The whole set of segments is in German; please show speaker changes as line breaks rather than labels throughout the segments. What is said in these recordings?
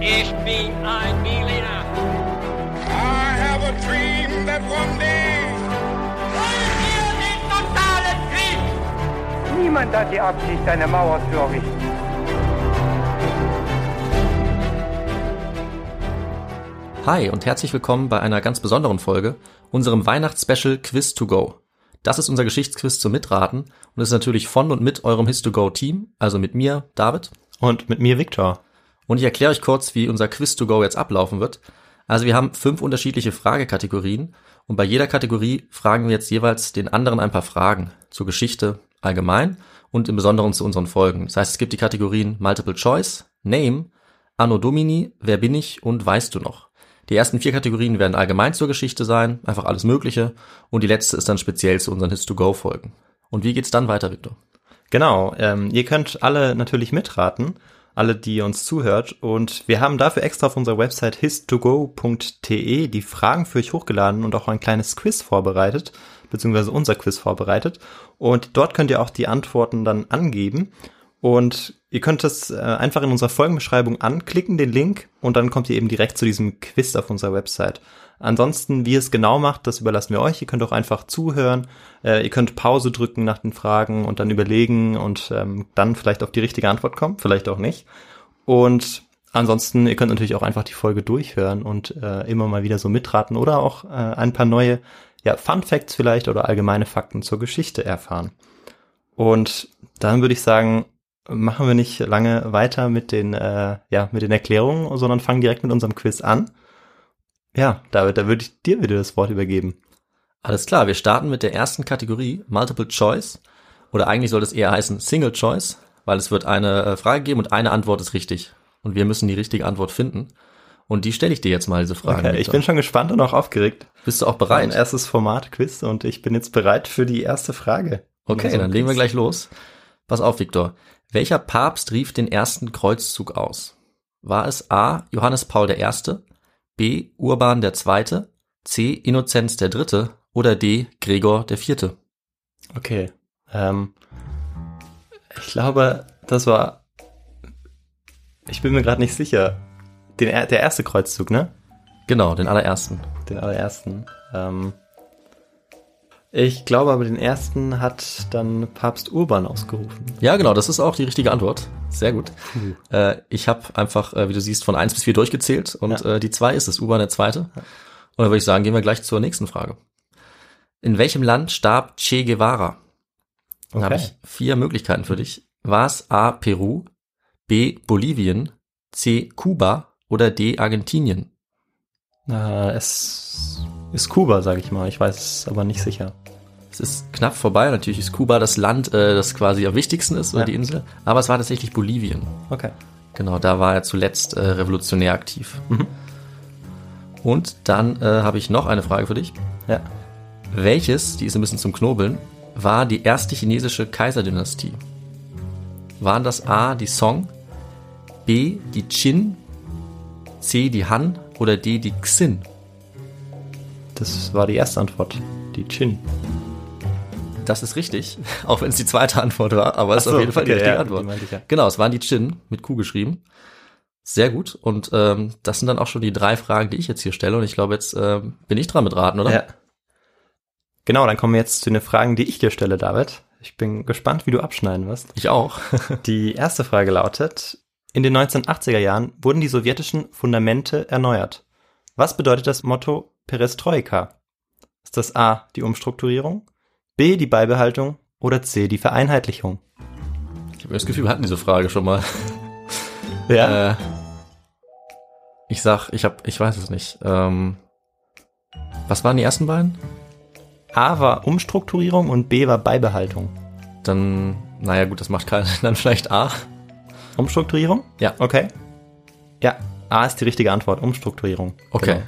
Ich bin ein Berliner.
I have a dream that one day
Wollt ihr den totalen Krieg?
Niemand hat die Absicht, eine Mauer zu errichten.
Hi und herzlich willkommen bei einer ganz besonderen Folge, unserem Weihnachtsspecial Quiz to Go. Das ist unser Geschichtsquiz zum Mitraten und ist natürlich von und mit eurem His to Go Team, also mit mir, David.
Und mit mir Viktor.
Und ich erkläre euch kurz, wie unser Quiz to Go jetzt ablaufen wird. Also wir haben fünf unterschiedliche Fragekategorien und bei jeder Kategorie fragen wir jetzt jeweils den anderen ein paar Fragen zur Geschichte allgemein und im Besonderen zu unseren Folgen. Das heißt, es gibt die Kategorien Multiple Choice, Name, Anno Domini, Wer bin ich und Weißt du noch? Die ersten vier Kategorien werden allgemein zur Geschichte sein, einfach alles Mögliche. Und die letzte ist dann speziell zu unseren His-to-Go-Folgen. Und wie geht's dann weiter, Victor?
Genau, ähm, ihr könnt alle natürlich mitraten, alle, die uns zuhört. Und wir haben dafür extra auf unserer Website histogo.de die Fragen für euch hochgeladen und auch ein kleines Quiz vorbereitet, beziehungsweise unser Quiz vorbereitet. Und dort könnt ihr auch die Antworten dann angeben. Und ihr könnt das äh, einfach in unserer Folgenbeschreibung anklicken, den Link, und dann kommt ihr eben direkt zu diesem Quiz auf unserer Website. Ansonsten, wie ihr es genau macht, das überlassen wir euch. Ihr könnt auch einfach zuhören, äh, ihr könnt Pause drücken nach den Fragen und dann überlegen und ähm, dann vielleicht auf die richtige Antwort kommen, vielleicht auch nicht. Und ansonsten, ihr könnt natürlich auch einfach die Folge durchhören und äh, immer mal wieder so mitraten oder auch äh, ein paar neue ja, Fun Facts vielleicht oder allgemeine Fakten zur Geschichte erfahren. Und dann würde ich sagen, machen wir nicht lange weiter mit den, äh, ja, mit den Erklärungen, sondern fangen direkt mit unserem Quiz an. Ja, David, da würde ich dir wieder das Wort übergeben.
Alles klar, wir starten mit der ersten Kategorie, Multiple Choice. Oder eigentlich sollte es eher heißen Single Choice, weil es wird eine äh, Frage geben und eine Antwort ist richtig. Und wir müssen die richtige Antwort finden. Und die stelle ich dir jetzt mal, diese Frage.
Okay, ich bin schon gespannt und auch aufgeregt.
Bist du auch
Rein.
bereit?
Erstes Format Quiz und ich bin jetzt bereit für die erste Frage.
Okay, dann legen wir gleich los. Pass auf, Viktor. Welcher Papst rief den ersten Kreuzzug aus? War es A. Johannes Paul I., B. Urban II., C. Innozenz III. oder D. Gregor IV.?
Okay. Ähm, ich glaube, das war. Ich bin mir gerade nicht sicher. Den, er- der erste Kreuzzug, ne?
Genau, den allerersten.
Den allerersten. Ähm, ich glaube aber, den ersten hat dann Papst Urban ausgerufen.
Ja, genau, das ist auch die richtige Antwort. Sehr gut. Äh, ich habe einfach, äh, wie du siehst, von 1 bis 4 durchgezählt und äh, die 2 ist es, Urban der zweite. Und dann würde ich sagen, gehen wir gleich zur nächsten Frage. In welchem Land starb Che Guevara? Dann habe ich vier Möglichkeiten für dich. War es A. Peru, B. Bolivien, C. Kuba oder D. Argentinien?
Äh, es ist Kuba, sage ich mal. Ich weiß es aber nicht sicher.
Es ist knapp vorbei. Natürlich ist Kuba das Land, äh, das quasi am wichtigsten ist, oder
Ja.
die Insel. Aber es war tatsächlich Bolivien.
Okay.
Genau, da war er zuletzt äh, revolutionär aktiv.
Mhm.
Und dann äh, habe ich noch eine Frage für dich.
Ja.
Welches, die ist ein bisschen zum Knobeln, war die erste chinesische Kaiserdynastie? Waren das A, die Song, B, die Qin, C, die Han oder D, die Xin?
Das war die erste Antwort. Die Chin.
Das ist richtig, auch wenn es die zweite Antwort war, aber es ist
Ach so,
auf jeden Fall die
okay,
richtige
ja,
Antwort.
die meinte ich ja.
Genau, es waren die Chin mit Q geschrieben. Sehr gut. Und ähm, das sind dann auch schon die drei Fragen, die ich jetzt hier stelle. Und ich glaube, jetzt ähm, bin ich dran mit Raten, oder?
Ja. Genau, dann kommen wir jetzt zu den Fragen, die ich dir stelle, David. Ich bin gespannt, wie du abschneiden wirst.
Ich auch.
Die erste Frage lautet, in den 1980er Jahren wurden die sowjetischen Fundamente erneuert. Was bedeutet das Motto Perestroika? Ist das A, die Umstrukturierung, B, die Beibehaltung oder C, die Vereinheitlichung?
Ich habe das Gefühl, wir hatten diese Frage schon mal.
Ja,
Äh, ich sag, ich hab, ich weiß es nicht. Ähm, was waren die ersten beiden?
A war Umstrukturierung und B war Beibehaltung.
Dann, naja gut, das macht keiner. Dann vielleicht A.
Umstrukturierung?
Ja,
Okay. Ja, A ist die richtige Antwort, Umstrukturierung.
okay.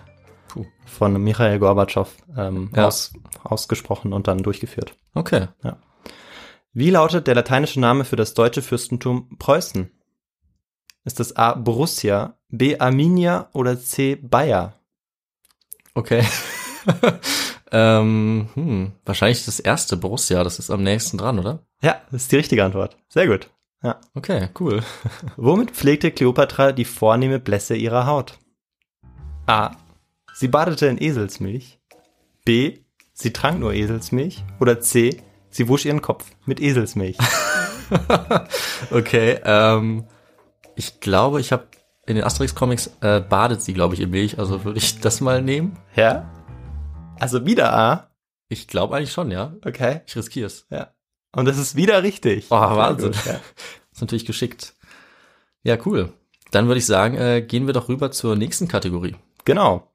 Genau. von Michael Gorbatschow ähm,
Ja.
aus, ausgesprochen und dann durchgeführt.
Okay.
Wie lautet der lateinische Name für das deutsche Fürstentum Preußen? Ist das A. Borussia, B. Arminia oder C. Bayer?
Okay. ähm, hm, wahrscheinlich das erste Borussia, das ist am nächsten dran, oder?
Ja, das ist die richtige Antwort. Sehr gut. Ja.
Okay, cool.
Womit pflegte Kleopatra die vornehme Blässe ihrer Haut? A. Sie badete in Eselsmilch. B. Sie trank nur Eselsmilch. Oder C. Sie wusch ihren Kopf mit Eselsmilch.
Okay, ähm, ich glaube, ich habe in den Asterix-Comics äh, badet sie, glaube ich, in Milch. Also würde ich das mal nehmen?
ja? Also wieder A.
Ich glaube eigentlich schon, ja.
Okay.
Ich riskiere es.
Ja. Und das ist wieder richtig.
Oh,
Sehr
Wahnsinn.
gut, ja.
Ist natürlich geschickt. Ja, cool. Dann würde ich sagen, äh, gehen wir doch rüber zur nächsten Kategorie.
Genau.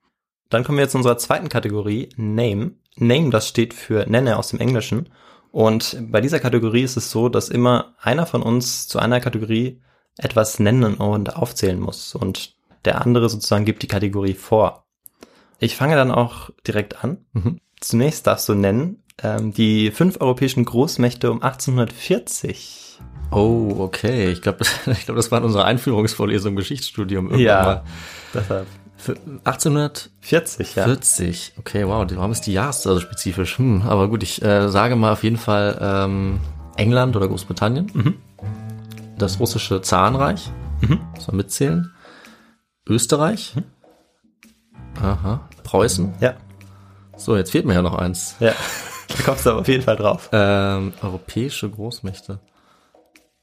Dann kommen wir jetzt zu unserer zweiten Kategorie, Name. Name, das steht für Nenne aus dem Englischen. Und bei dieser Kategorie ist es so, dass immer einer von uns zu einer Kategorie etwas nennen und aufzählen muss. Und der andere sozusagen gibt die Kategorie vor. Ich fange dann auch direkt an.
Mhm.
Zunächst darfst du nennen ähm, die fünf europäischen Großmächte um 1840.
Oh, okay. Ich glaube, ich glaub, das war in unserer Einführungsvorlesung im Geschichtsstudium irgendwann
Ja.
mal.
Deshalb
Für 1840,
40, ja.
okay, wow, die- warum ist die Jahreszahl so spezifisch? Hm, aber gut, ich äh, sage mal auf jeden Fall ähm, England oder Großbritannien,
Mhm.
das russische Zarenreich, muss man mitzählen, Österreich,
Mhm.
aha, Preußen,
Ja,
so, jetzt fehlt mir ja noch eins.
ja. Da kommst du aber auf jeden Fall drauf.
Ähm, europäische Großmächte.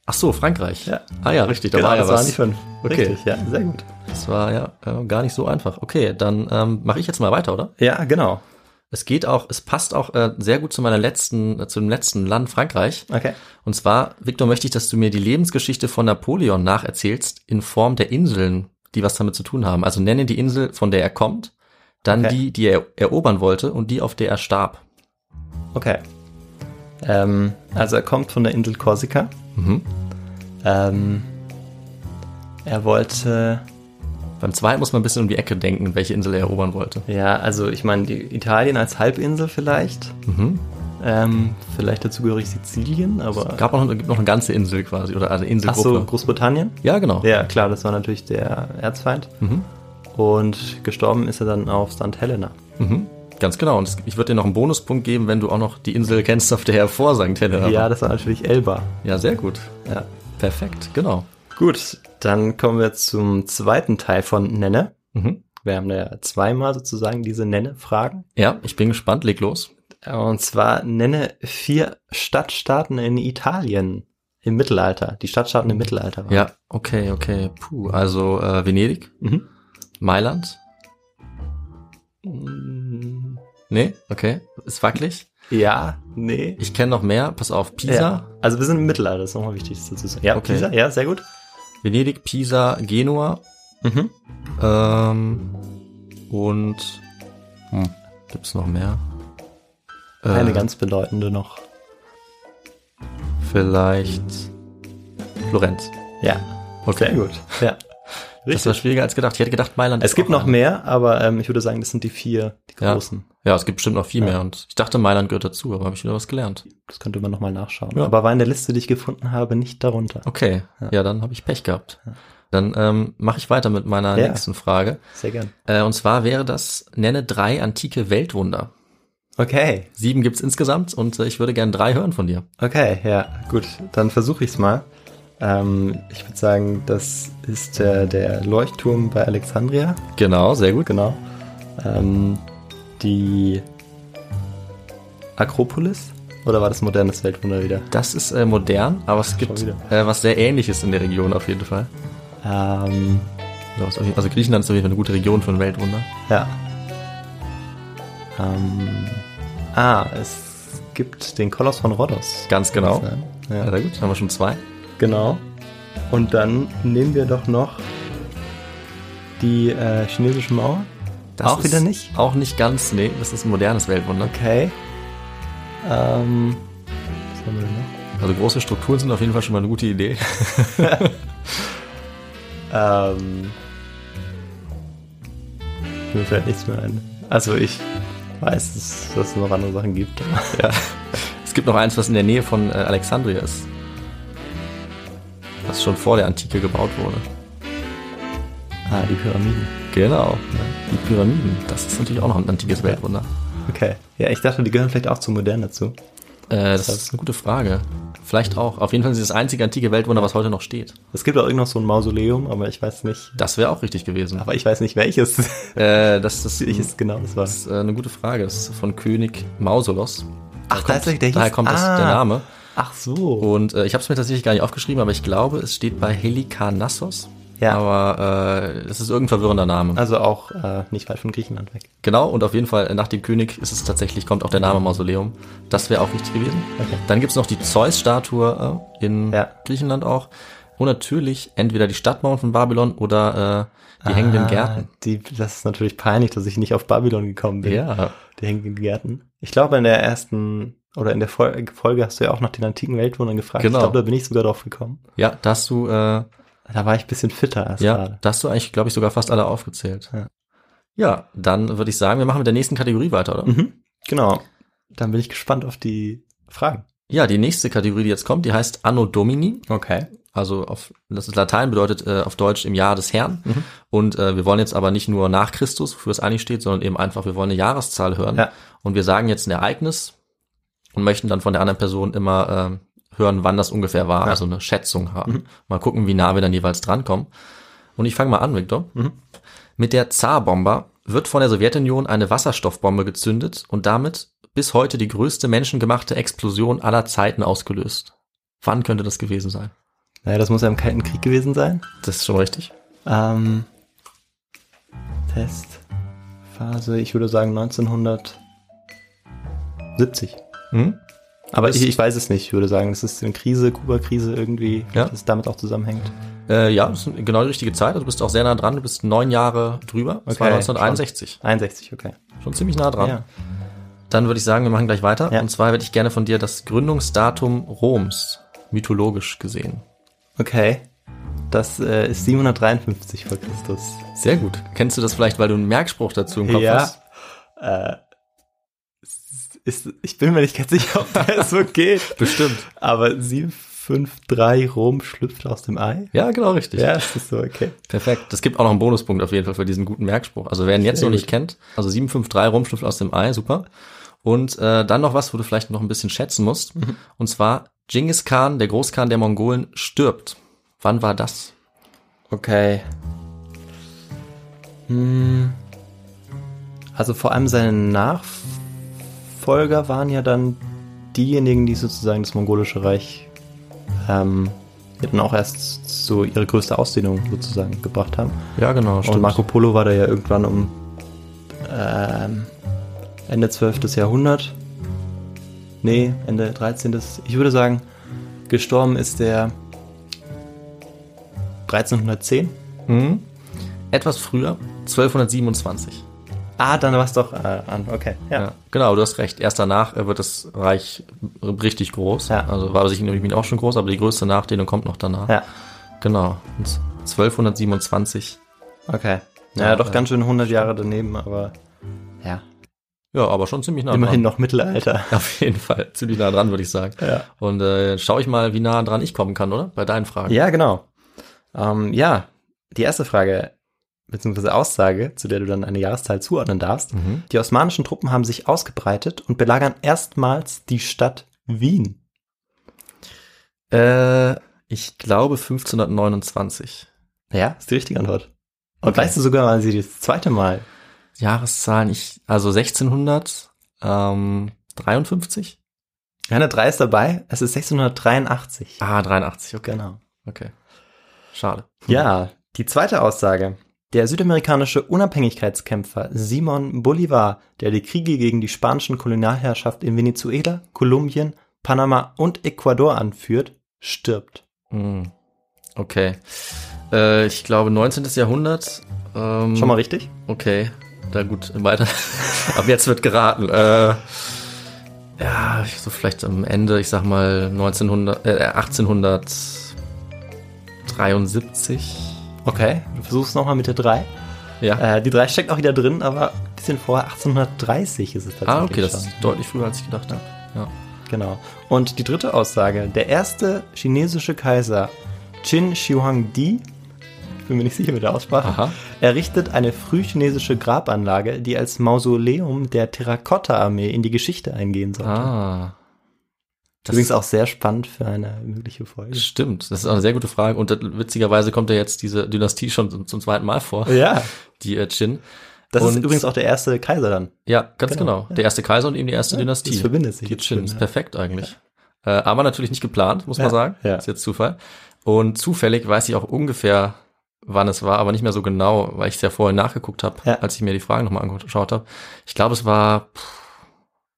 Ach so, Frankreich.
Ja.
Ah ja, richtig, da
Genau,
war ja
das
was.
waren die fünf.
Okay.
Richtig, ja, sehr gut.
Das war ja äh, gar nicht so einfach. Okay, dann ähm, mache ich jetzt mal weiter, oder?
Ja, genau.
Es geht auch, es passt auch äh, sehr gut zu meiner letzten, äh, zu dem letzten Land Frankreich.
Okay.
Und zwar, Victor, möchte ich, dass du mir die Lebensgeschichte von Napoleon nacherzählst in Form der Inseln, die was damit zu tun haben. Also nenne die Insel, von der er kommt, dann
Okay.
die, die er erobern wollte und die, auf der er starb.
Okay. Ähm, also er kommt von der Insel Korsika.
Mhm.
Ähm, er wollte,
Beim zweiten muss man ein bisschen um die Ecke denken, welche Insel er erobern wollte.
ja, also ich meine, die- Italien als Halbinsel vielleicht.
Mhm.
Ähm, vielleicht dazugehörig Sizilien, aber.
Gab auch noch, gibt noch eine ganze Insel quasi oder eine
Ach so,
Inselgruppe.
Großbritannien?
ja, genau.
Ja, klar, das war natürlich der Erzfeind.
Mhm.
Und gestorben ist er dann auf St. Helena.
Ganz genau. Und es, ich würde dir noch einen Bonuspunkt geben, wenn du auch noch die Insel kennst, auf der er vor St. Helena
Ja,
war.
das war natürlich Elba.
ja, sehr gut.
Ja.
Perfekt, genau.
Gut, dann kommen wir zum zweiten Teil von Nenne.
Mhm.
Wir haben da ja zweimal sozusagen diese Nenne-Fragen.
Ja, ich bin gespannt. Leg los.
Und zwar nenne vier Stadtstaaten in Italien im Mittelalter. Die Stadtstaaten im Mittelalter waren.
Ja, okay, okay. Puh, also äh, Venedig,
Mhm.
Mailand.
Mm,
Nee, okay. Ist wackelig.
Ja, nee.
Ich kenne noch mehr. Pass auf. Pisa,
Ja. Also wir sind im Mittelalter, das ist nochmal wichtig dazu zu sagen. Ja,
Okay.
Pisa, ja, sehr gut.
Venedig, Pisa, Genua
Mhm.
ähm, und hm, gibt's noch mehr?
Eine
Äh,
ganz bedeutende noch.
Vielleicht Florenz.
Ja,
Okay.
sehr gut. Ja.
Das war
Richtig.
schwieriger als gedacht. Ich hätte gedacht, Mailand
Es
ist
gibt
auch
noch
eine.
mehr, aber ähm, ich würde sagen, das sind die vier, die
Ja.
großen.
Ja, es gibt bestimmt noch viel
Ja.
mehr. Und ich dachte, Mailand gehört dazu, aber habe ich wieder was gelernt.
Das könnte man nochmal nachschauen.
Ja.
Aber war in der Liste, die ich gefunden habe, nicht darunter.
Okay, ja,
Ja.
dann habe ich Pech gehabt. Dann ähm, mache ich weiter mit meiner
Ja.
nächsten Frage.
Sehr gern.
Äh, und zwar wäre das, nenne drei antike Weltwunder.
Okay,
Sieben gibt's insgesamt und äh, ich würde gern drei hören von dir.
okay, ja, gut. Dann versuche ich es mal. Ähm, ich würde sagen, das ist äh, der Leuchtturm bei Alexandria.
Genau, sehr gut.
Genau. Ähm, die Akropolis? Oder war das modernes Weltwunder wieder?
Das ist äh, modern, aber es gibt
Schon
äh, was sehr ähnliches in der Region auf jeden Fall.
Ähm,
Oder was auf jeden- Also Griechenland ist auf jeden Fall eine gute Region für ein Weltwunder.
ja. Ähm, ah, es gibt den Koloss von Rhodos.
Ganz genau.
Kann das sein?
Ja, sehr gut, haben wir schon zwei.
Genau. Und dann nehmen wir doch noch die äh, chinesische Mauer.
Das
Auch
ist
wieder nicht?
Auch nicht ganz, nee, das ist ein modernes Weltwunder.
Okay. Ähm, was haben wir denn noch?
Also große Strukturen sind auf jeden Fall schon mal eine gute Idee.
Ähm, mir fällt nichts mehr ein. Also ich weiß, dass, dass es noch andere Sachen gibt.
ja. Es gibt noch eins, was in der Nähe von äh, Alexandria ist. Was schon vor der Antike gebaut wurde.
ah, die Pyramiden.
Genau. Die Pyramiden, das ist natürlich auch noch ein antikes Weltwunder.
Okay. Ja, ich dachte, die gehören vielleicht auch zum Modern dazu.
Äh, das ist eine gute Frage. Vielleicht auch. Auf jeden Fall ist es das einzige antike Weltwunder, was heute noch steht.
Es gibt auch irgend noch so ein Mausoleum, aber ich weiß nicht.
Das wäre auch richtig gewesen.
Aber ich weiß nicht welches.
äh, das, das, das
welches genau das war.
ist äh, eine gute Frage. Das ist von König Mausolos.
Ach, tatsächlich, der hieß-
daher kommt das,
ah.
der Name.
Ach so.
Und äh, ich habe es mir tatsächlich gar nicht aufgeschrieben, aber ich glaube, es steht bei Helikarnassos.
Ja.
Aber äh, es ist irgendein verwirrender Name.
Also auch äh, nicht weit von Griechenland weg.
Genau, und auf jeden Fall äh, nach dem König ist es tatsächlich, kommt auch der Name Mausoleum. Das wäre auch richtig gewesen.
Okay.
Dann gibt's noch die Zeus-Statue äh, in
Ja.
Griechenland auch. Und natürlich entweder die Stadtmauern von Babylon oder äh, die hängenden Gärten.
Ah, Die, das ist natürlich peinlich, dass ich nicht auf Babylon gekommen bin.
Ja.
Die hängenden Gärten. Ich glaube, in der ersten oder in der Fol- Folge hast du ja auch nach den antiken Weltwundern gefragt.
Genau.
Ich glaube, da bin ich sogar drauf gekommen.
Ja, da hast du, äh,
Da war ich ein bisschen fitter als
ja,
gerade.
da hast du eigentlich, glaube ich, sogar fast alle aufgezählt.
Ja.
Ja, dann würde ich sagen, wir machen mit der nächsten Kategorie weiter, oder?
Mhm. Genau. Dann bin ich gespannt auf die Fragen.
Ja, die nächste Kategorie, die jetzt kommt, die heißt Anno Domini.
Okay.
Also auf, das ist Latein, bedeutet äh, auf Deutsch im Jahr des Herrn. Und äh, wir wollen jetzt aber nicht nur nach Christus, wofür es eigentlich steht, sondern eben einfach, wir wollen eine Jahreszahl hören.
Ja.
Und wir sagen jetzt ein Ereignis und möchten dann von der anderen Person immer ähm, hören, wann das ungefähr war. Also eine Schätzung haben. Mal gucken, wie nah wir dann jeweils drankommen. Und ich fange mal an, Victor. Mit der Zar-Bomber wird von der Sowjetunion eine Wasserstoffbombe gezündet und damit bis heute die größte menschengemachte Explosion aller Zeiten ausgelöst. Wann könnte das gewesen sein?
Naja, das muss ja im Kalten Krieg gewesen sein.
Das ist schon richtig.
Ähm, Testphase, ich würde sagen 1970.
Mhm.
Hm? Aber
Ist-
ich, ich weiß es nicht, ich würde sagen, das ist eine Krise, Kuba-Krise irgendwie,
Ja.
dass es damit auch zusammenhängt.
Äh, ja, das ist genau die richtige Zeit. Also Du bist auch sehr nah dran. Du bist neun Jahre drüber. Das war
Okay,
1961.
61, okay.
Schon, ziemlich nah dran.
Ja.
Dann würde ich sagen, wir machen gleich weiter.
Ja.
Und zwar hätte ich gerne von dir das Gründungsdatum Roms mythologisch gesehen.
Okay. Das äh, ist 753 vor Christus.
Sehr gut. Kennst du das vielleicht, weil du einen Merkspruch dazu im Kopf hast?
Äh, es ist, ich bin mir nicht ganz sicher, ob das so geht.
Bestimmt.
Aber 753 Rom schlüpft aus dem Ei.
Ja, genau richtig.
Ja, es ist so, okay.
Perfekt. Das gibt auch noch einen Bonuspunkt auf jeden Fall für diesen guten Merkspruch. Also wer ihn jetzt
Sehr
noch nicht
gut.
kennt, also 753 Rumschnüffel aus dem Ei, super. Und äh, dann noch was, wo du vielleicht noch ein bisschen schätzen musst.
Mhm.
Und zwar Genghis Khan, der Großkhan der Mongolen, stirbt. Wann war das?
Okay. Also vor allem seine Nachfolger waren ja dann diejenigen, die sozusagen das mongolische Reich ähm, ja dann auch erst so ihre größte Ausdehnung sozusagen gebracht haben.
Ja, genau.
Und Marco Polo war da ja irgendwann um ähm, Ende 12. Jahrhundert. Nee, Ende 13. Ich würde sagen, gestorben ist der 1310.
Etwas früher, 1227.
Ah, dann war es doch äh, an. Okay. Ja.
Ja, genau, du hast recht. Erst danach äh, wird das Reich äh, richtig groß.
Ja.
Also war sicher nämlich auch schon groß, aber die größte Nachdehnung kommt noch danach.
Ja.
Genau. Und 1227.
Okay. Ja,
Ja,
doch
ja.
ganz schön 100 Jahre daneben, aber ja.
Ja, aber schon ziemlich nah dran.
Immerhin noch Mittelalter.
Auf jeden Fall, ziemlich nah dran, würde ich sagen.
Ja.
Und äh, schaue ich mal, wie nah dran ich kommen kann, oder? Bei deinen Fragen.
Ja, genau. Ähm, ja, die erste Frage bzw. Aussage, zu der du dann eine Jahreszahl zuordnen darfst.
Mhm.
Die osmanischen Truppen haben sich ausgebreitet und belagern erstmals die Stadt Wien.
Äh, ich glaube 1529.
Ja, ist die richtige Antwort. Und weißt du sogar, wann sie das zweite Mal?
Jahreszahlen, ich, also 1653? Ähm, 53?
Eine 3 ist dabei. Es ist 683.
ah, 83, okay.
Genau.
okay. Schade.
Ja, die zweite Aussage. Der südamerikanische Unabhängigkeitskämpfer Simon Bolivar, der die Kriege gegen die spanischen Kolonialherrschaft in Venezuela, Kolumbien, Panama und Ecuador anführt, stirbt.
Hm. Okay. Äh, ich glaube 19. Jahrhundert. Ähm,
Schon mal richtig?
Okay, na gut, weiter. Ab jetzt wird geraten. Äh, ja, ich- so vielleicht am Ende, ich sag mal 1900, äh, 1873.
Okay, du versuchst nochmal mit der 3.
Ja.
Äh, die 3 steckt auch wieder drin, aber ein bisschen vorher, 1830 ist es tatsächlich
ah, okay, das
schon.
ist deutlich früher, als ich gedacht habe. Ja.
Genau. Und die dritte Aussage. Der erste chinesische Kaiser, Qin Shi Huangdi, ich bin mir nicht sicher mit der Aussprache,
Aha.
errichtet eine frühchinesische Grabanlage, die als Mausoleum der Terrakotta-Armee in die Geschichte eingehen sollte.
Ah. Das
Übrigens auch sehr spannend für eine mögliche Folge.
stimmt. Das ist auch eine sehr gute Frage. Und das, witzigerweise kommt ja jetzt diese Dynastie schon zum, zum zweiten Mal vor,
Ja,
die äh, Chin.
das ist
Und-
übrigens auch der erste Kaiser dann.
Ja, ganz
Genau,
genau. Der erste Kaiser und eben die erste Dynastie.
Das verbindet sich
Die
jetzt
Chin
schön,
ist
ja.
perfekt eigentlich. Äh, aber natürlich nicht geplant, muss
ne? Ja,
man sagen.
ja.
Ist jetzt Zufall. Und zufällig weiß ich auch ungefähr, wann es war, aber nicht mehr so genau, weil ich es ja vorher nachgeguckt habe,
Ja.
als ich mir die Fragen nochmal angeschaut habe. Ich glaube, es war pff,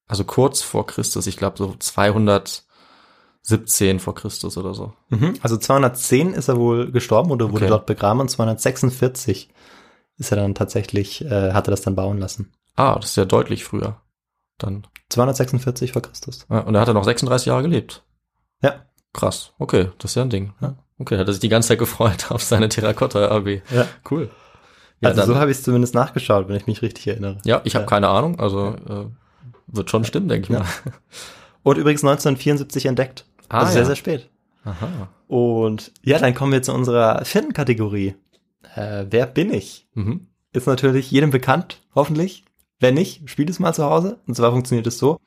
also kurz vor Christus, ich glaube so 217 vor Christus oder so.
Mhm. Also 210 ist er wohl gestorben oder wurde
Okay.
dort begraben und 246 ist er dann tatsächlich, äh, hat er das dann bauen lassen.
Ah, das ist ja deutlich früher. Dann.
246 vor Christus.
Ah, Und er hat ja noch 36 Jahre gelebt.
Ja.
Krass. Okay, das ist ja ein Ding. ne?
Ja.
Okay, hat er sich die ganze Zeit gefreut auf seine Terrakotta-Armee.
Ja.
Cool. Ja,
Also
dann-
so habe ich es zumindest nachgeschaut, wenn ich mich richtig erinnere.
Ja, ich habe
Ja.
keine Ahnung, also äh, wird schon stimmen, denke ich
Ja.
mal.
Und übrigens 1974 entdeckt.
Ah,
also sehr,
ja.
sehr spät.
Aha.
Und ja, dann kommen wir zu unserer vierten Kategorie. Äh, wer bin ich?
Mhm.
Ist natürlich jedem bekannt, hoffentlich. Wenn nicht, spielt es mal zu Hause. Und zwar funktioniert es so.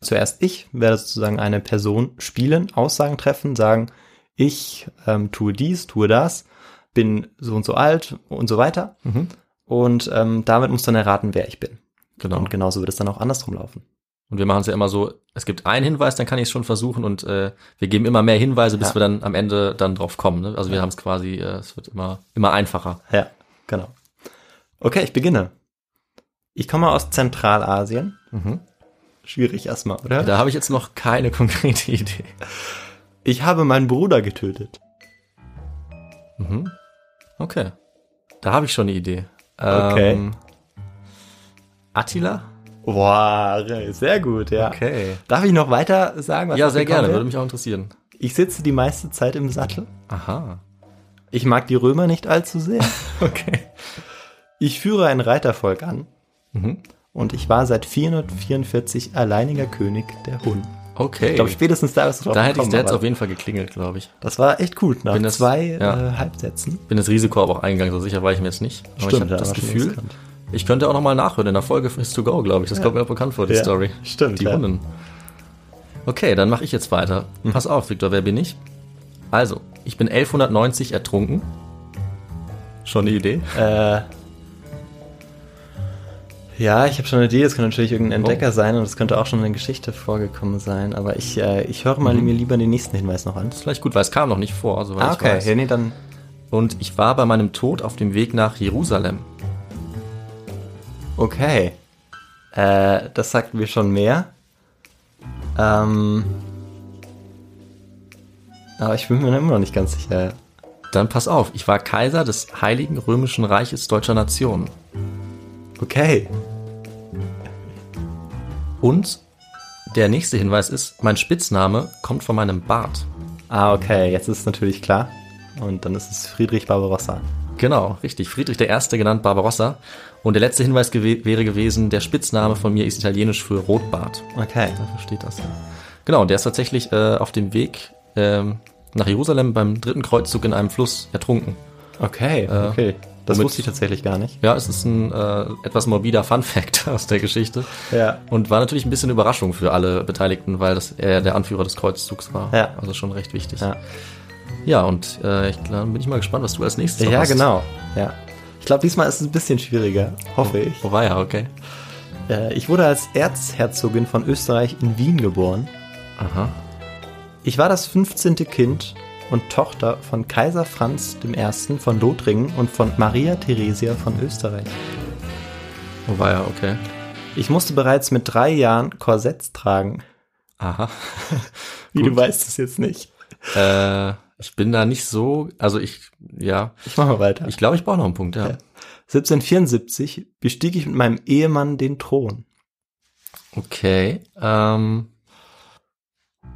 Zuerst ich werde sozusagen eine Person spielen, Aussagen treffen, sagen, ich ähm, tue dies, tue das, bin so und so alt und so weiter.
Mhm.
Und ähm, damit muss dann erraten, wer ich bin.
Genau.
Und genauso wird es dann auch andersrum laufen.
Und wir machen es ja immer so, es gibt einen Hinweis, dann kann ich es schon versuchen und äh, wir geben immer mehr Hinweise, bis
Ja.
wir dann am Ende dann drauf kommen. Ne? Also wir haben es quasi, äh, es wird immer, immer einfacher.
Ja, genau. Okay, ich beginne. Ich komme aus Zentralasien.
Mhm.
Schwierig erstmal, oder?
Da habe ich jetzt noch keine konkrete Idee.
Ich habe meinen Bruder getötet.
Mhm. Okay. Da habe ich schon eine Idee. Ähm,
Okay.
Attila?
Boah, sehr gut, ja.
Okay.
Darf ich noch weiter sagen, was
Ja,
noch
sehr
gekommen
gerne,
wäre?
würde mich auch interessieren.
Ich sitze die meiste Zeit im Sattel.
Aha.
Ich mag die Römer nicht allzu sehr.
Okay.
Ich führe ein Reitervolk an.
Mhm.
Und ich war seit 444 alleiniger König der Hunnen.
Okay.
Ich glaube, spätestens da ist es drauf
da hätte ich
gekommen,
jetzt
aber
auf jeden Fall geklingelt, glaube ich.
Das war echt gut, nach
Wenn das-
zwei
ja.
äh, Halbsätzen.
bin das Risiko aber auch eingegangen, so sicher war ich mir jetzt nicht. Aber ich
Stimmt,
habe
ja,
das
war schon
Gefühl,
riskant.
ich könnte auch nochmal nachhören in der Folge Frist to Go, glaube ich. Das kommt mir auch bekannt vor, die
Ja,
Story.
stimmt,
Die
ja. Hm.
Hunden. Okay, dann mache ich jetzt weiter. Pass auf, Victor, wer bin ich? Also, ich bin 1190 ertrunken. Schon eine Idee?
Äh, ja, ich habe schon eine Idee, das könnte natürlich irgendein Entdecker sein und das könnte auch schon in der Geschichte vorgekommen sein, aber ich, äh, ich höre mal mir lieber den nächsten Hinweis noch an.
Ist vielleicht gut, weil es kam noch nicht vor, soweit
Ah, okay.
ich
Ja,
weiß.
nee, dann.
Und ich war bei meinem Tod auf dem Weg nach Jerusalem.
Okay. Äh, das sagt mir schon mehr. Ähm. Aber ich bin mir immer noch nicht ganz sicher.
Dann pass auf, ich war Kaiser des Heiligen Römischen Reiches Deutscher Nation.
Okay.
Und der nächste Hinweis ist, mein Spitzname kommt von meinem Bart.
Ah, okay. Jetzt ist es natürlich klar. Und dann ist es Friedrich Barbarossa.
Genau, richtig. Friedrich I. genannt Barbarossa. Und der letzte Hinweis gewe wäre gewesen, der Spitzname von mir ist italienisch für Rotbart.
Okay.
Dafür steht das. Genau, und der ist tatsächlich äh, auf dem Weg ähm, nach Jerusalem beim dritten Kreuzzug in einem Fluss ertrunken.
Okay. Okay. Das wusste ich tatsächlich gar nicht.
Ja, es ist ein äh, etwas morbider Fun-Fact aus der Geschichte.
Ja.
Und war natürlich ein bisschen Überraschung für alle Beteiligten, weil das er der Anführer des Kreuzzugs war.
Ja.
Also schon recht wichtig.
Ja.
Ja, und äh, ich, dann bin ich mal gespannt, was du als nächstes noch
ja,
hast.
genau. Ja. Ich glaube, diesmal ist es ein bisschen schwieriger, hoffe ich.
Oh, war ja, okay.
Äh, ich wurde als Erzherzogin von Österreich in Wien geboren.
Aha.
Ich war das 15. Kind und Tochter von Kaiser Franz I. von Lothringen und von Maria Theresia von Österreich.
Oh, war ja, okay.
Ich musste bereits mit drei Jahren Korsetts tragen.
Aha.
Wie du weißt es jetzt nicht.
äh, ich bin da nicht so, also ich, ja,
Ich mache mal weiter.
ich glaube, ich brauche noch einen Punkt, ja.
1774 bestieg ich mit meinem Ehemann den Thron.
Okay. Ähm,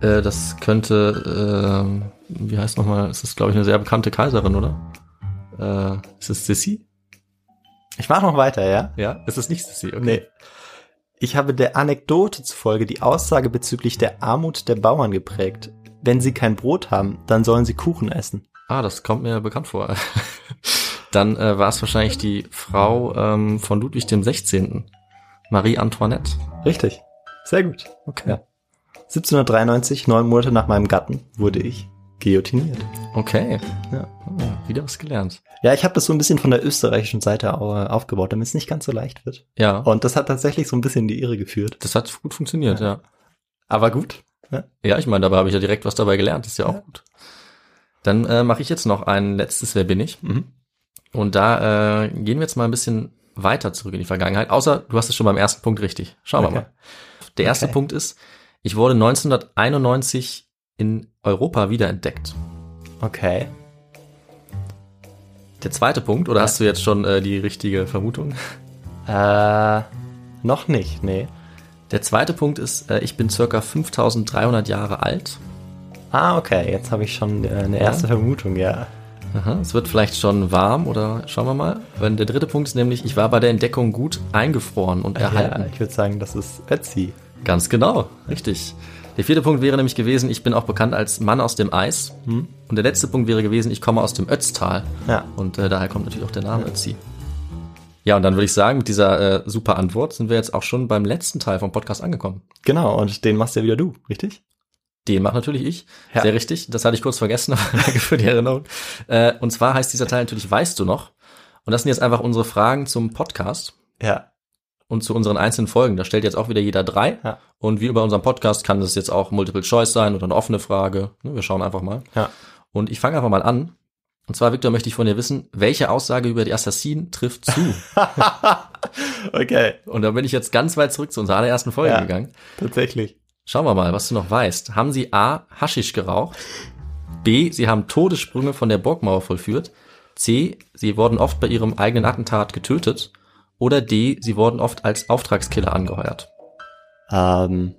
äh, das könnte, ähm, wie heißt nochmal, es ist, glaube ich, eine sehr bekannte Kaiserin, oder? Äh, ist es Sissi?
Ich mache noch weiter, ja?
Ja, es ist nicht Sissi, okay.
Nee. Ich habe der Anekdote zufolge die Aussage bezüglich der Armut der Bauern geprägt. Wenn sie kein Brot haben, dann sollen sie Kuchen essen.
Ah, das kommt mir bekannt vor. Dann äh, war es wahrscheinlich die Frau ähm, von Ludwig dem 16. Marie Antoinette.
Richtig. Sehr gut.
Okay.
Ja. 1793, neun Monate nach meinem Gatten, wurde ich guillotiniert.
Okay.
Ja.
Ah, wieder was gelernt.
Ja, ich habe das so ein bisschen von der österreichischen Seite au- äh, aufgebaut, damit es nicht ganz so leicht wird.
Ja.
Und das hat tatsächlich so ein bisschen in die Irre geführt.
Das hat gut funktioniert, ja.
Aber gut.
Ja, ich meine, dabei habe ich ja direkt was dabei gelernt. Ist ja auch gut. Dann äh, mache ich jetzt noch ein letztes Wer bin ich?
Mhm.
Und da äh, gehen wir jetzt mal ein bisschen weiter zurück in die Vergangenheit. Außer du hast es schon beim ersten Punkt richtig. Schauen
Okay.
wir mal. Der erste
Okay.
Punkt ist, ich wurde 1991 in Europa wiederentdeckt.
Okay.
Der zweite Punkt, oder hast du jetzt schon äh, die richtige Vermutung?
Äh, noch nicht, nee.
Der zweite Punkt ist, äh, ich bin circa 5300 Jahre alt.
Ah, okay, jetzt habe ich schon äh, eine erste Vermutung, ja.
Aha, Ne? es wird vielleicht schon warm oder schauen wir mal. Wenn der dritte Punkt ist nämlich, ich war bei der Entdeckung gut eingefroren und erhalten.
ja ich würde sagen, das ist Ötzi.
Ganz genau, richtig. Der vierte Punkt wäre nämlich gewesen, ich bin auch bekannt als Mann aus dem Eis. Und der letzte Punkt wäre gewesen, ich komme aus dem Ötztal.
Hm. Ja.
Und äh, daher kommt natürlich auch der Name Ötzi. Ja, und dann würde ich sagen, mit dieser äh, super Antwort sind wir jetzt auch schon beim letzten Teil vom Podcast angekommen.
Genau, und den machst ja wieder du, richtig?
Den macht natürlich ich.
Ja.
Sehr richtig. Das hatte ich kurz vergessen, aber danke für die Erinnerung. Äh, und zwar heißt dieser Teil natürlich Weißt du noch? Und das sind jetzt einfach unsere Fragen zum Podcast
Ja.
und zu unseren einzelnen Folgen. Da stellt jetzt auch wieder jeder drei.
Ja.
Und wie über unseren Podcast kann das jetzt auch Multiple Choice sein oder eine offene Frage. Ne, Wir schauen einfach mal.
Ja.
Und ich fange einfach mal an. Und zwar, Victor, möchte ich von dir wissen, welche Aussage über die Assassinen trifft zu?
Okay,
und da bin ich jetzt ganz weit zurück zu unserer allerersten Folge
Ja.
gegangen.
tatsächlich.
Schauen wir mal, was du noch weißt. Haben sie A. Haschisch geraucht? B. Sie haben Todessprünge von der Burgmauer vollführt? C. Sie wurden oft bei ihrem eigenen Attentat getötet? Oder D. Sie wurden oft als Auftragskiller angeheuert?
Ähm.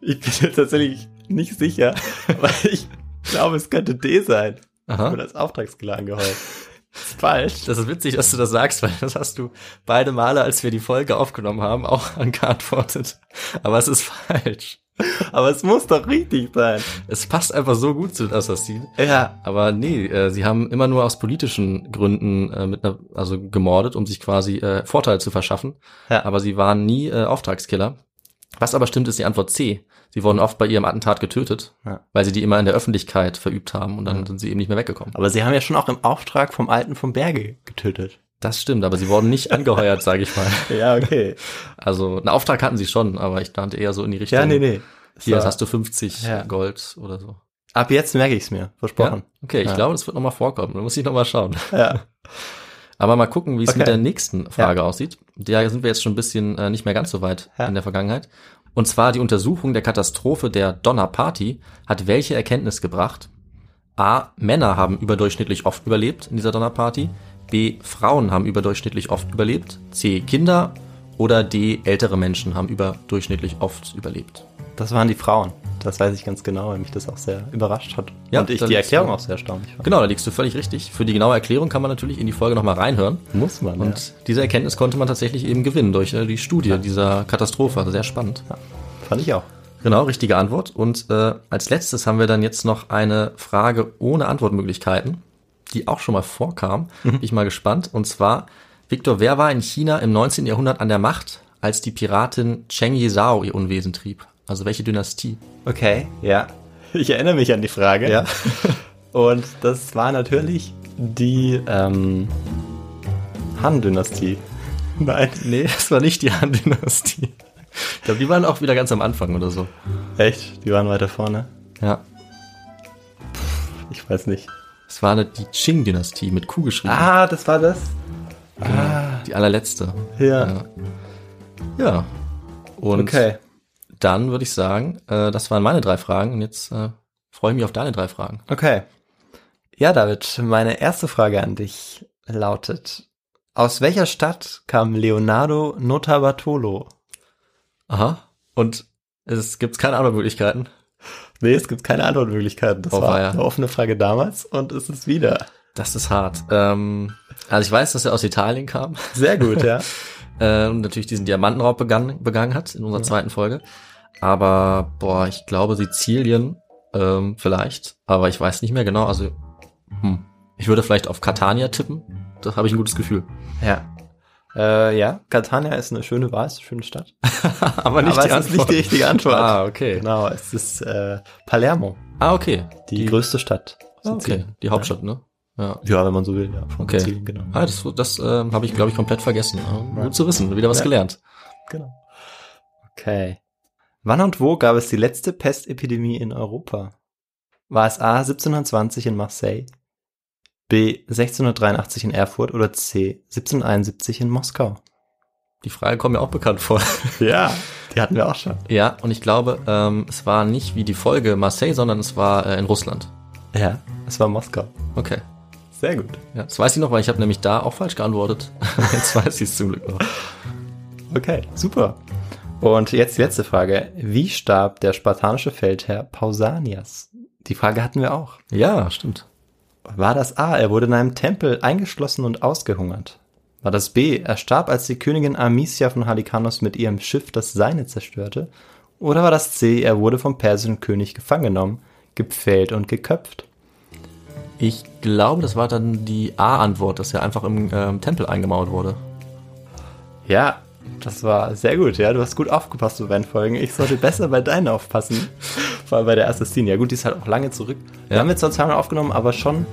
Ich bin jetzt tatsächlich nicht sicher, aber ich glaube, es könnte D sein.
Aha.
Oder als Auftragskiller angeheuert. Ist falsch.
Das ist witzig, dass du das sagst, weil das hast du beide Male, als wir die Folge aufgenommen haben, auch angeantwortet. Aber es ist falsch.
Aber es muss doch richtig sein.
Es passt einfach so gut zu den Assassinen.
Ja.
Aber nee, äh, sie haben immer nur aus politischen Gründen äh, mit einer, also gemordet, um sich quasi äh, Vorteil zu verschaffen.
Ja.
Aber sie waren nie äh, Auftragskiller. Was aber stimmt, ist die Antwort C. Sie wurden oft bei ihrem Attentat getötet,
Ja.
weil sie die immer in der Öffentlichkeit verübt haben und dann sind sie eben nicht mehr weggekommen.
Aber sie haben ja schon auch im Auftrag vom Alten vom Berge getötet.
Das stimmt, aber sie wurden nicht angeheuert, sage ich mal.
Ja, okay.
Also einen Auftrag hatten sie schon, aber ich dachte eher so in die Richtung.
Ja, nee, nee.
Hier
So.
hast du 50
Ja.
Gold oder so.
Ab jetzt merke ich es mir, versprochen.
Okay, ich
Ja.
glaube, das wird nochmal vorkommen. Da muss ich nochmal schauen.
Ja.
Aber mal gucken, wie es
Okay.
mit der nächsten Frage aussieht. Da sind wir jetzt schon ein bisschen äh, nicht mehr ganz so weit
Ja.
in der Vergangenheit. Und zwar die Untersuchung der Katastrophe der Donnerparty hat welche Erkenntnis gebracht? A. Männer haben überdurchschnittlich oft überlebt in dieser Donnerparty. B. Frauen haben überdurchschnittlich oft überlebt. C. Kinder. Oder D. Ältere Menschen haben überdurchschnittlich oft überlebt.
Das waren die Frauen. Das weiß ich ganz genau, weil mich das auch sehr überrascht hat.
Ja,
Und ich
da
die
liegst
Erklärung
du.
auch sehr erstaunlich fand.
Genau, da liegst du völlig richtig. Für die genaue Erklärung kann man natürlich in die Folge nochmal reinhören.
Muss man.
Und diese Erkenntnis konnte man tatsächlich eben gewinnen durch äh, die Studie dieser Katastrophe. Also sehr spannend.
ja. Fand ich auch.
Genau, richtige Antwort. Und äh, als letztes haben wir dann jetzt noch eine Frage ohne Antwortmöglichkeiten, die auch schon mal vorkam. Bin ich mal gespannt. Und zwar, Viktor, wer war in China im 19. Jahrhundert an der Macht, als die Piratin Cheng Yizhao ihr Unwesen trieb? Also welche Dynastie?
Okay, ja. Ich erinnere mich an die Frage.
Ja.
Und das war natürlich die ähm, Han-Dynastie. Nein,
Nee, es war nicht die Han-Dynastie. Ich glaube, die waren auch wieder ganz am Anfang oder so.
echt, die waren weiter vorne.
Ja.
Ich weiß nicht.
Es war eine, die Qing-Dynastie mit Q geschrieben.
Ah, das war das?
Die allerletzte.
Ja.
Ja. Und
Okay.
dann würde ich sagen, äh, das waren meine drei Fragen und jetzt äh, freue ich mich auf deine drei Fragen.
Okay. Ja, David, meine erste Frage an dich lautet: Aus welcher Stadt kam Leonardo Notarbartolo?
Aha. Und es gibt keine anderen Möglichkeiten.
Nee, es gibt keine Antwortmöglichkeiten. Das
Oh,
war
weia.
eine offene Frage damals und es ist wieder.
Das ist hart. Ähm, also ich weiß, dass er aus Italien kam
Sehr gut, ja.
äh, und natürlich diesen Diamantenraub begann, begangen hat in unserer zweiten Folge. Aber boah, ich glaube Sizilien ähm, vielleicht, aber ich weiß nicht mehr genau. Also hm. ich würde vielleicht auf Catania tippen. Da habe ich ein gutes Gefühl.
Ja. Äh, ja, Catania ist eine schöne Wahl, ist eine schöne Stadt.
Aber
Aber es ist nicht die richtige Antwort.
Ah, okay.
Genau, es ist äh, Palermo,
Ah, okay.
die, größte Stadt.
Ah, okay.
Sizilien.
Die Hauptstadt, ne? Ja.
Ja, wenn man so will, ja. Von
Okay.
Sizilien, genau.
Ah, das das ähm, habe ich, glaube ich, komplett vergessen. Ah, Gut zu wissen, wieder was
Ja.
gelernt.
genau. Okay. Wann und wo gab es die letzte Pestepidemie in Europa? War es A 1720 in Marseille, B 1683 in Erfurt oder C 1771 in Moskau?
Die Frage kommt mir auch bekannt vor.
Ja, die hatten wir auch schon.
ja, und ich glaube, ähm, es war nicht wie die Folge Marseille, sondern es war äh, in Russland.
Ja, es war Moskau.
Okay.
Sehr gut.
Ja, das weiß ich noch, weil ich habe nämlich da auch falsch geantwortet. Jetzt weiß ich es zum Glück noch.
Okay, super. Und jetzt die letzte Frage. Wie starb der spartanische Feldherr Pausanias? Die Frage hatten wir auch.
Ja, stimmt.
War das A, er wurde in einem Tempel eingeschlossen und ausgehungert? War das B, er starb, als die Königin Amicia von Halikarnos mit ihrem Schiff das seine zerstörte? Oder war das C, er wurde vom persischen König gefangen genommen, gepfählt und geköpft?
Ich glaube, das war dann die A-Antwort, dass er einfach im ähm, Tempel eingemauert wurde.
Ja, das war sehr gut, ja. Du hast gut aufgepasst bei meinen Folgen. Ich sollte besser bei deinen aufpassen. Vor allem bei der Assassine. Ja, gut, die ist halt auch lange zurück. Wir
Ja.
haben jetzt zwar zweimal aufgenommen, aber schon.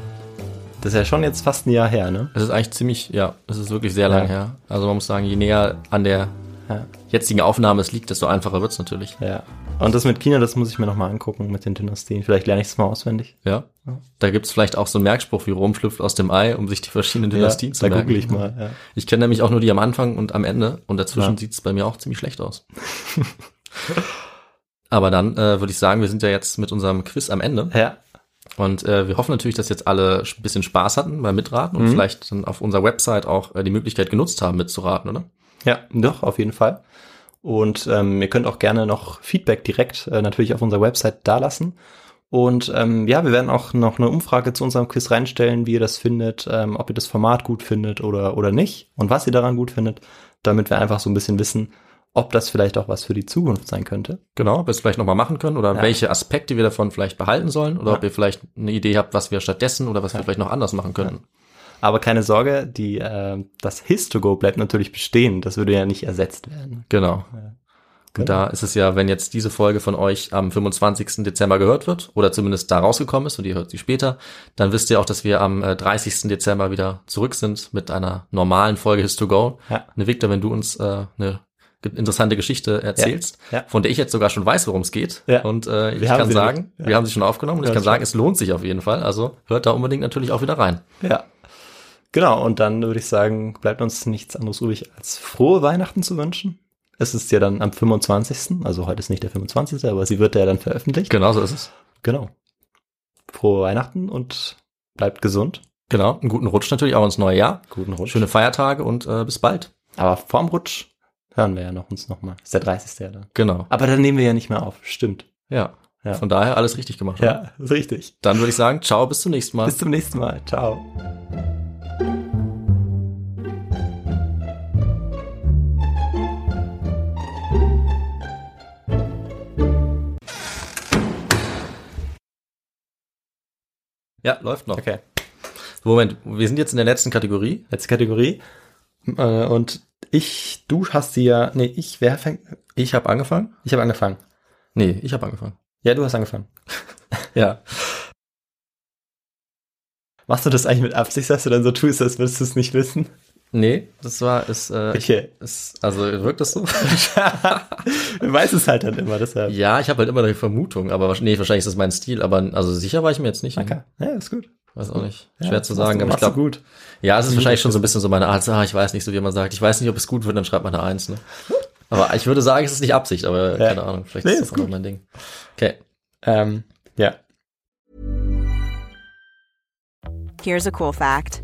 Das ist ja schon jetzt fast ein Jahr her, ne?
Es ist eigentlich ziemlich, ja, es ist wirklich sehr lang
Ja.
her. Also man muss sagen, je näher an der
Ja.
jetzigen Aufnahme es liegt, desto einfacher wird's natürlich.
Ja. Und das mit China, das muss ich mir nochmal angucken mit den Dynastien. Vielleicht lerne ich es mal auswendig.
Ja. Da gibt's vielleicht auch so einen Merkspruch wie Rom schlüpft aus dem Ei, um sich die verschiedenen Dynastien zu
da
merken.
google ich mal. Ja.
Ich kenne nämlich auch nur die am Anfang und am Ende und dazwischen
Ja.
sieht's bei mir auch ziemlich schlecht aus. Aber dann äh, würde ich sagen, wir sind ja jetzt mit unserem Quiz am Ende.
ja.
Und äh, wir hoffen natürlich, dass jetzt alle ein bisschen Spaß hatten beim Mitraten und
Mhm.
vielleicht dann auf unserer Website auch äh, die Möglichkeit genutzt haben, mitzuraten, oder?
Ja, doch, auf jeden Fall. Und ähm, ihr könnt auch gerne noch Feedback direkt äh, natürlich auf unserer Website dalassen. Und ähm, ja, wir werden auch noch eine Umfrage zu unserem Quiz reinstellen, wie ihr das findet, ähm, ob ihr das Format gut findet oder, oder nicht und was ihr daran gut findet, damit wir einfach so ein bisschen wissen, ob das vielleicht auch was für die Zukunft sein könnte.
Genau, ob wir es vielleicht nochmal machen können oder
Ja.
welche Aspekte wir davon vielleicht behalten sollen oder
Ja.
ob ihr vielleicht eine Idee habt, was wir stattdessen oder was wir vielleicht noch anders machen könnten.
Aber keine Sorge, die, äh, das Histogo bleibt natürlich bestehen. Das würde ja nicht ersetzt werden.
Genau.
Genau.
Und da ist es ja, wenn jetzt diese Folge von euch am 25. Dezember gehört wird oder zumindest da rausgekommen ist und ihr hört sie später, dann wisst ihr auch, dass wir am äh, 30. Dezember wieder zurück sind mit einer normalen Folge His to Go.
Ja.
Ne, Victor, wenn du uns äh, eine ge- interessante Geschichte erzählst,
Ja.
von der ich jetzt sogar schon weiß, worum es geht.
Ja.
Und äh, ich
Wir haben
kann
sie
sagen,
nämlich. Ja.
wir haben sie schon aufgenommen und ich
Ja,
kann
das
sagen, es lohnt sich auf jeden Fall. Also hört da unbedingt natürlich auch wieder rein.
Ja. Genau, und dann würde ich sagen, bleibt uns nichts anderes übrig, als frohe Weihnachten zu wünschen. Es ist ja dann am 25., also heute ist nicht der 25., aber sie wird ja dann veröffentlicht.
Genau so ist es.
Genau. Frohe Weihnachten und bleibt gesund.
Genau. Einen guten Rutsch natürlich auch ins neue Jahr.
Guten Rutsch.
Schöne Feiertage und äh, bis bald.
Aber vorm Rutsch hören wir ja noch uns nochmal. Ist der 30. ja dann.
Genau.
Aber dann nehmen wir ja nicht mehr auf. Stimmt.
Ja.
Ja.
Von daher alles richtig gemacht. oder?
Ja, ist richtig.
Dann würde ich sagen, ciao, bis zum nächsten Mal.
Bis zum nächsten Mal. Ciao.
ja, läuft noch.
Okay.
Moment, wir sind jetzt in der letzten Kategorie.
Letzte Kategorie. Äh, Und ich, du hast die ja, nee, ich, wer fängt?
Ich habe angefangen.
Ich habe angefangen.
Nee, ich habe angefangen.
Ja, du hast angefangen.
Ja.
Machst du das eigentlich mit Absicht, dass du dann so tust, als würdest du es nicht wissen?
Nee, das war, ist, äh, ich-
Okay.
ist also wirkt das so?
du weißt es halt dann immer, deshalb.
ja, ich habe halt immer die Vermutung, aber wahrsch- nee, wahrscheinlich ist das mein Stil, aber also sicher war ich mir jetzt nicht.
Okay. Ja, ist gut.
Weiß auch nicht.
Ja,
Schwer zu
machst
sagen,
du,
aber ich
machst du
glaube,
gut.
ja, es ist wahrscheinlich schon so ein bisschen so meine Art, so, ah, ich weiß nicht, so wie man sagt, ich weiß nicht, ob es gut wird, dann schreibt man eine Eins, ne? Aber ich würde sagen, es ist nicht Absicht, aber
Ja.
keine Ahnung, vielleicht
Nee,
ist
ist
das auch
gut.
noch mein Ding. Okay.
Ähm, ja.
Here's a cool fact